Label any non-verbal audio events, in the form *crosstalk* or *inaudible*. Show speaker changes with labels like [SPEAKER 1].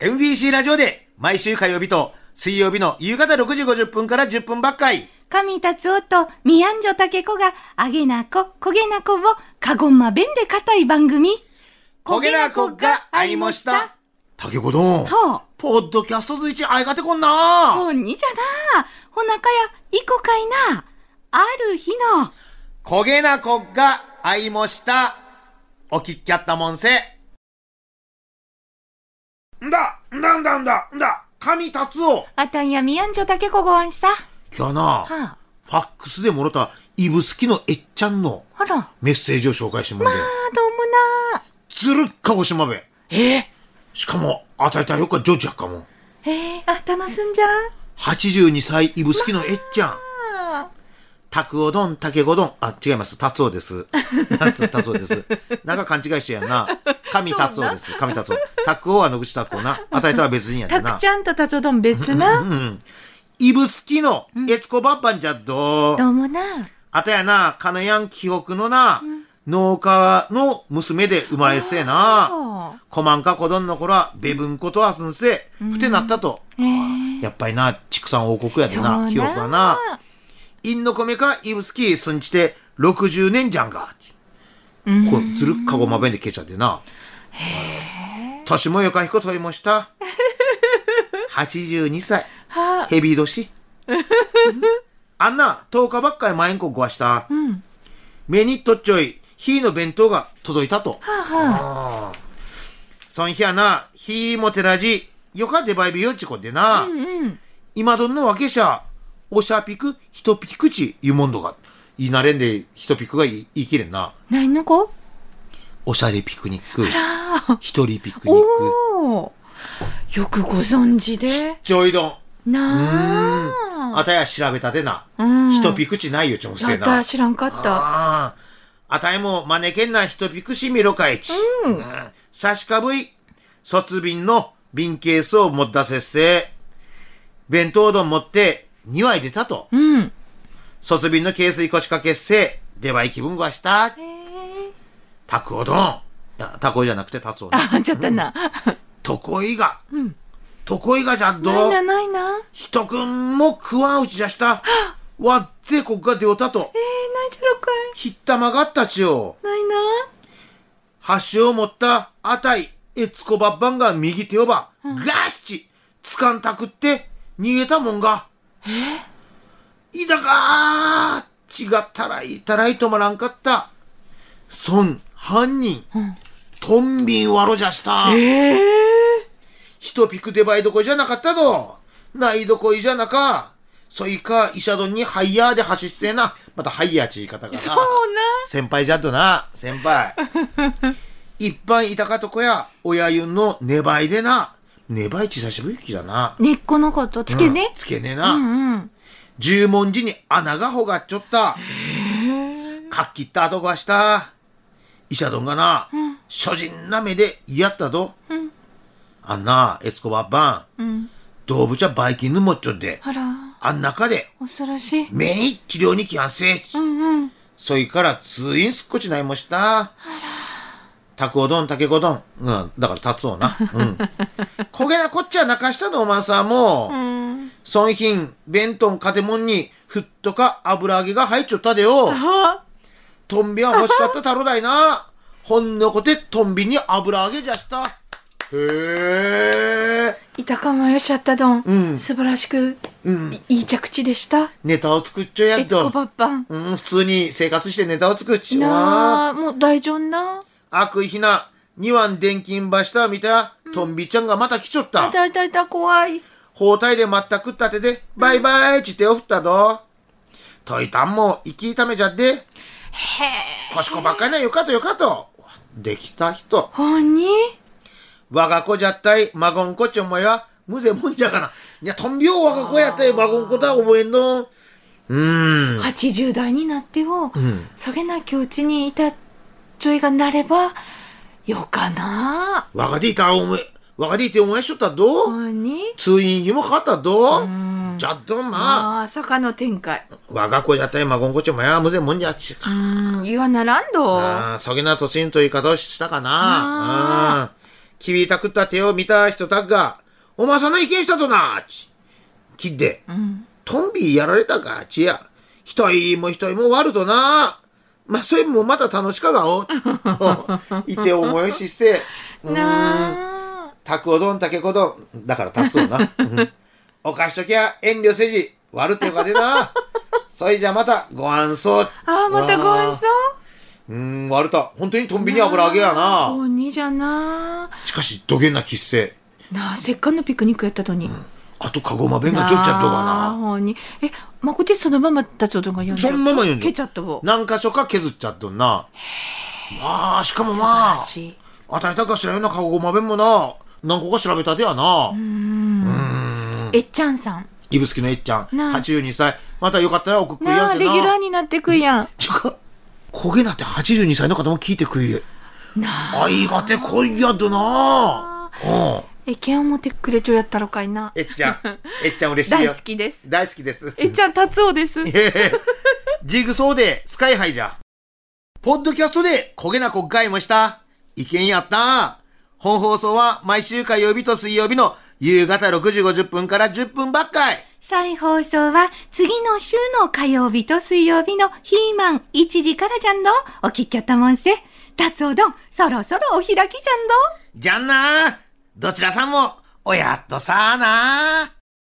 [SPEAKER 1] MBC ラジオで毎週火曜日と水曜日の夕方6時50分から10分ばっかり。
[SPEAKER 2] 神達夫とミヤンジョタケコが、あげなこ、こげなこを、かごんま弁で固い番組。
[SPEAKER 1] 焦げなこが会いました。。竹子どん。
[SPEAKER 2] ほ
[SPEAKER 1] ポッドキャストずいち会いがてこんな
[SPEAKER 2] う、ほんにじゃな。ほなかや、いこかいな。ある日の、
[SPEAKER 1] 焦げなこが会いました。おきっきゃったもんせ。んだ、んだんだんだ、んだ、神達夫。
[SPEAKER 2] あたんやミヤンジョタケコごわんした。
[SPEAKER 1] 今日な、フ
[SPEAKER 2] はあ、
[SPEAKER 1] ァックスでもろた、イブスキのえっちゃんの
[SPEAKER 2] ほら。あ
[SPEAKER 1] メッセージを紹介してもらって、
[SPEAKER 2] ー、どうもな。
[SPEAKER 1] ずるっ鹿児島弁。
[SPEAKER 2] え
[SPEAKER 1] しかも、与えたよっかジョージやっかも。
[SPEAKER 2] えー、あ、楽しんじゃん。
[SPEAKER 1] 82歳イブスキのえっちゃん。
[SPEAKER 2] あ
[SPEAKER 1] タクオ丼、タケゴ丼。あ、違います。タツオ
[SPEAKER 2] *laughs*
[SPEAKER 1] です。タツオです。なんか勘違いしてやんな。神タツオです。神タツオ。タクオは野口タクオな。与えたは別人や
[SPEAKER 2] ー
[SPEAKER 1] で
[SPEAKER 2] たく
[SPEAKER 1] な
[SPEAKER 2] ち。ゃんとたつおどん別な。
[SPEAKER 1] イブスキの、エツコバッバンじゃっど
[SPEAKER 2] どうもな。
[SPEAKER 1] あたやな、カノヤン記憶のな、農家の娘で生まれっせえな。
[SPEAKER 2] ほう
[SPEAKER 1] コマンカコドンの頃は、べぶんことはすんせ、ふてなったと。
[SPEAKER 2] えー
[SPEAKER 1] やっぱりな、畜産王国やでな、記憶はな。インの米か、イブスキー、すんちて、60年じゃんか。
[SPEAKER 2] うん
[SPEAKER 1] こう、ずるっかごまべんで消えちゃってな。年もよかひこ問いました。82歳、
[SPEAKER 2] は
[SPEAKER 1] ヘビー年。あんな、10日ばっかり前んこごわした。
[SPEAKER 2] ん
[SPEAKER 1] 目にとっちょい、ひの弁当が届いたと。
[SPEAKER 2] あ、はあ、
[SPEAKER 1] そんひやな、ひもてらじ、よかでばいびよっちこでな。
[SPEAKER 2] うんうん。
[SPEAKER 1] 今どんのわけしゃ、おしゃぴく、ひとぴくち、いうもんどが。言いなれんで、ひとぴくが言い言い切れんな。
[SPEAKER 2] 何の子
[SPEAKER 1] おしゃれピクニック、
[SPEAKER 2] ああ、
[SPEAKER 1] ひとりピクニック、
[SPEAKER 2] おお。よくご存知で。
[SPEAKER 1] ちょいどん。
[SPEAKER 2] な
[SPEAKER 1] あ
[SPEAKER 2] あ。
[SPEAKER 1] たや調べたでな。
[SPEAKER 2] うん
[SPEAKER 1] ひとぴくちないよ、ちょんせえ
[SPEAKER 2] あ
[SPEAKER 1] な。
[SPEAKER 2] た知らんかった。
[SPEAKER 1] ああ。あたいも、まねけんなひとぴくしみろかいち。うん。さしかぶい、卒便の瓶ケースを持ったせっせ。弁当丼持って、2割出たと。
[SPEAKER 2] うん。
[SPEAKER 1] 卒便のケースいこしかけっせ。出ばい気分がした。
[SPEAKER 2] ええ。
[SPEAKER 1] たくおどん。いや、たこいじゃなくてたつおね。
[SPEAKER 2] あ、ちょっとな。
[SPEAKER 1] とこいが。
[SPEAKER 2] ん
[SPEAKER 1] とこいがじゃど
[SPEAKER 2] ないな
[SPEAKER 1] う。
[SPEAKER 2] ないな。
[SPEAKER 1] ひとくんも食わんうちじゃした。わっぜこっが出よったと
[SPEAKER 2] え。え、ないじゃろかい。
[SPEAKER 1] ひったまがったちよ。
[SPEAKER 2] ないな。
[SPEAKER 1] 箸を持ったあたい、えつこばっばんが右手をば、ガッチつかんたくって逃げたもんが。えいだかー違ったらいたらいとまらんかった。損、犯人、とんびんわろじゃした。
[SPEAKER 2] ええ。
[SPEAKER 1] ひとピクデバイどこいじゃなかったど。ないどこいじゃなか。そいか、医者どんにハイヤーで走っせえな。またハイヤーち言い方がな。
[SPEAKER 2] そうな。
[SPEAKER 1] 先輩じゃっとな、先
[SPEAKER 2] *laughs*
[SPEAKER 1] 輩。一般いたかとこや、親ゆんの粘いでな。粘いち久しぶりきだな。
[SPEAKER 2] 根っこのことつけ
[SPEAKER 1] う
[SPEAKER 2] ね
[SPEAKER 1] ん。つけねえ
[SPEAKER 2] う
[SPEAKER 1] な。
[SPEAKER 2] んうん。
[SPEAKER 1] 十文字に穴がほがっちょった。かっきったあとがした。医者どんがな、諸人な目で言いやったど。あんな、えつこばっばん、
[SPEAKER 2] うん。
[SPEAKER 1] 動物はバイキング持っちょって、
[SPEAKER 2] あら、
[SPEAKER 1] あん中で、
[SPEAKER 2] 恐ろしい。
[SPEAKER 1] 目に治療に来やんせえち。
[SPEAKER 2] うんうん。
[SPEAKER 1] そいから通院すっこちないもした。たくおどん、たけこどん。うん、だから立つおな。うん。
[SPEAKER 2] *laughs*
[SPEAKER 1] こげなこっちゃ泣かしたのおまんさんも
[SPEAKER 2] う、ん。
[SPEAKER 1] 損品、弁当、カテモンに、ふっとか油揚げが入っちょったでよ。
[SPEAKER 2] あ、
[SPEAKER 1] とんびは欲しかったたろだいな。 *laughs* ほんのこて、とんびに油揚げじゃした。へえ。
[SPEAKER 2] 板かまよしゃったどん。
[SPEAKER 1] うん
[SPEAKER 2] 素晴らしく、
[SPEAKER 1] うん。
[SPEAKER 2] いい着地でした。
[SPEAKER 1] ネタを作っちょや
[SPEAKER 2] え
[SPEAKER 1] っ。
[SPEAKER 2] つことばっばん。
[SPEAKER 1] うん、普通に生活してネタを作っちょな。
[SPEAKER 2] なあ、もう大丈夫な。
[SPEAKER 1] 悪意ひな、二碗電金ばした見たら、とんびちゃんがまた来ちょった。
[SPEAKER 2] あたいたいた怖い。
[SPEAKER 1] 包帯でまったくったてで、バイバイち手を振ったど。といたんも、生き痛めじゃって、
[SPEAKER 2] へえ。
[SPEAKER 1] こしこばっかりなよかとよかと。できた人。
[SPEAKER 2] ほんに
[SPEAKER 1] 我が子じゃったい、孫んこちょもや、むぜもんじゃかな。いや、とんびょう我が子やったい、孫んこだ覚えんの。うーん。
[SPEAKER 2] ?80 代になっても
[SPEAKER 1] う、ん。
[SPEAKER 2] そげな境地にいたちょいがなれば、よかな。
[SPEAKER 1] 我がでいた思い、我がでいて思いしとったど。
[SPEAKER 2] ほんに
[SPEAKER 1] 通院費もかかったど。
[SPEAKER 2] うん。
[SPEAKER 1] じゃっどんまあ。
[SPEAKER 2] ああ、坂の展開。
[SPEAKER 1] 我が子じゃったい、孫んこちょもや、むぜもんじゃちか
[SPEAKER 2] う。ん、言わならんど。
[SPEAKER 1] ああ、そげな年という言い方をしたかな。うん。きびたくった手を見た人たくが、おまさな意見したとなーち。きって、
[SPEAKER 2] うん。
[SPEAKER 1] トンビやられたがちや。一人も一人も悪とな。まあ、それもまた楽しかがお。 *laughs* いて思いしせ。うーん
[SPEAKER 2] なあ。
[SPEAKER 1] たくおどん、たけこどん。だからたつそうな。うんおかしときゃ遠慮せじ。悪ってよかでな。そいじゃまたご安そう。
[SPEAKER 2] ああ、またご
[SPEAKER 1] わ
[SPEAKER 2] ん
[SPEAKER 1] あ
[SPEAKER 2] そう
[SPEAKER 1] ーん、悪た。本当にトンビに油揚げやな。
[SPEAKER 2] 鬼じゃな
[SPEAKER 1] しかし、どげんな喫性。
[SPEAKER 2] あ。なあ、せっかくのピクニックやったのに。
[SPEAKER 1] あと、かごま弁がちょっちゃっとか
[SPEAKER 2] あ
[SPEAKER 1] な。
[SPEAKER 2] ほんに。え、まこてそのままたちょうどが読んじ
[SPEAKER 1] そ
[SPEAKER 2] ゃ
[SPEAKER 1] の
[SPEAKER 2] う。
[SPEAKER 1] まま読んじゃ
[SPEAKER 2] け
[SPEAKER 1] う
[SPEAKER 2] ちゃったぼ。
[SPEAKER 1] 何箇所か削っちゃっとんな。まあ、しかもまあ
[SPEAKER 2] 素晴ら、しい。
[SPEAKER 1] 与えたか知らんようなかごま弁もな、何個か調べたてやな。
[SPEAKER 2] うー
[SPEAKER 1] うー
[SPEAKER 2] ん。
[SPEAKER 1] ん。
[SPEAKER 2] えっちゃんさん。
[SPEAKER 1] 指宿のえっちゃん、
[SPEAKER 2] なあ
[SPEAKER 1] 82歳。またよかったら送っくり
[SPEAKER 2] な
[SPEAKER 1] や
[SPEAKER 2] あ、
[SPEAKER 1] つ
[SPEAKER 2] レギ
[SPEAKER 1] や
[SPEAKER 2] ュラー
[SPEAKER 1] な。
[SPEAKER 2] になってくんやん。
[SPEAKER 1] ちゅうか、焦げなって82歳の方も聞いてくいえ。
[SPEAKER 2] なあ。
[SPEAKER 1] あいがてこいやどな。うん。
[SPEAKER 2] え、剣を持ってくれちょやったろかいな。
[SPEAKER 1] えっちゃん、えっちゃん嬉しい
[SPEAKER 2] 大
[SPEAKER 1] よ
[SPEAKER 2] 好。きです。
[SPEAKER 1] 大好きです。
[SPEAKER 2] えっちゃん、達夫で
[SPEAKER 1] い
[SPEAKER 2] す。
[SPEAKER 1] えいえ *laughs* ジグソーでスカイハイじゃ。ポッドキャストで焦げな国会もした。意見やった。本放送は毎週火曜日と水曜日の夕方6時50分から10分ばっかい。
[SPEAKER 2] 再放送は次の週の火曜日と水曜日のヒーマン1時からじゃんど。お聞きやったもんせ。達夫どん、そろそろお開きじゃんど。
[SPEAKER 1] じゃんなどちらさんも、おやっとさあな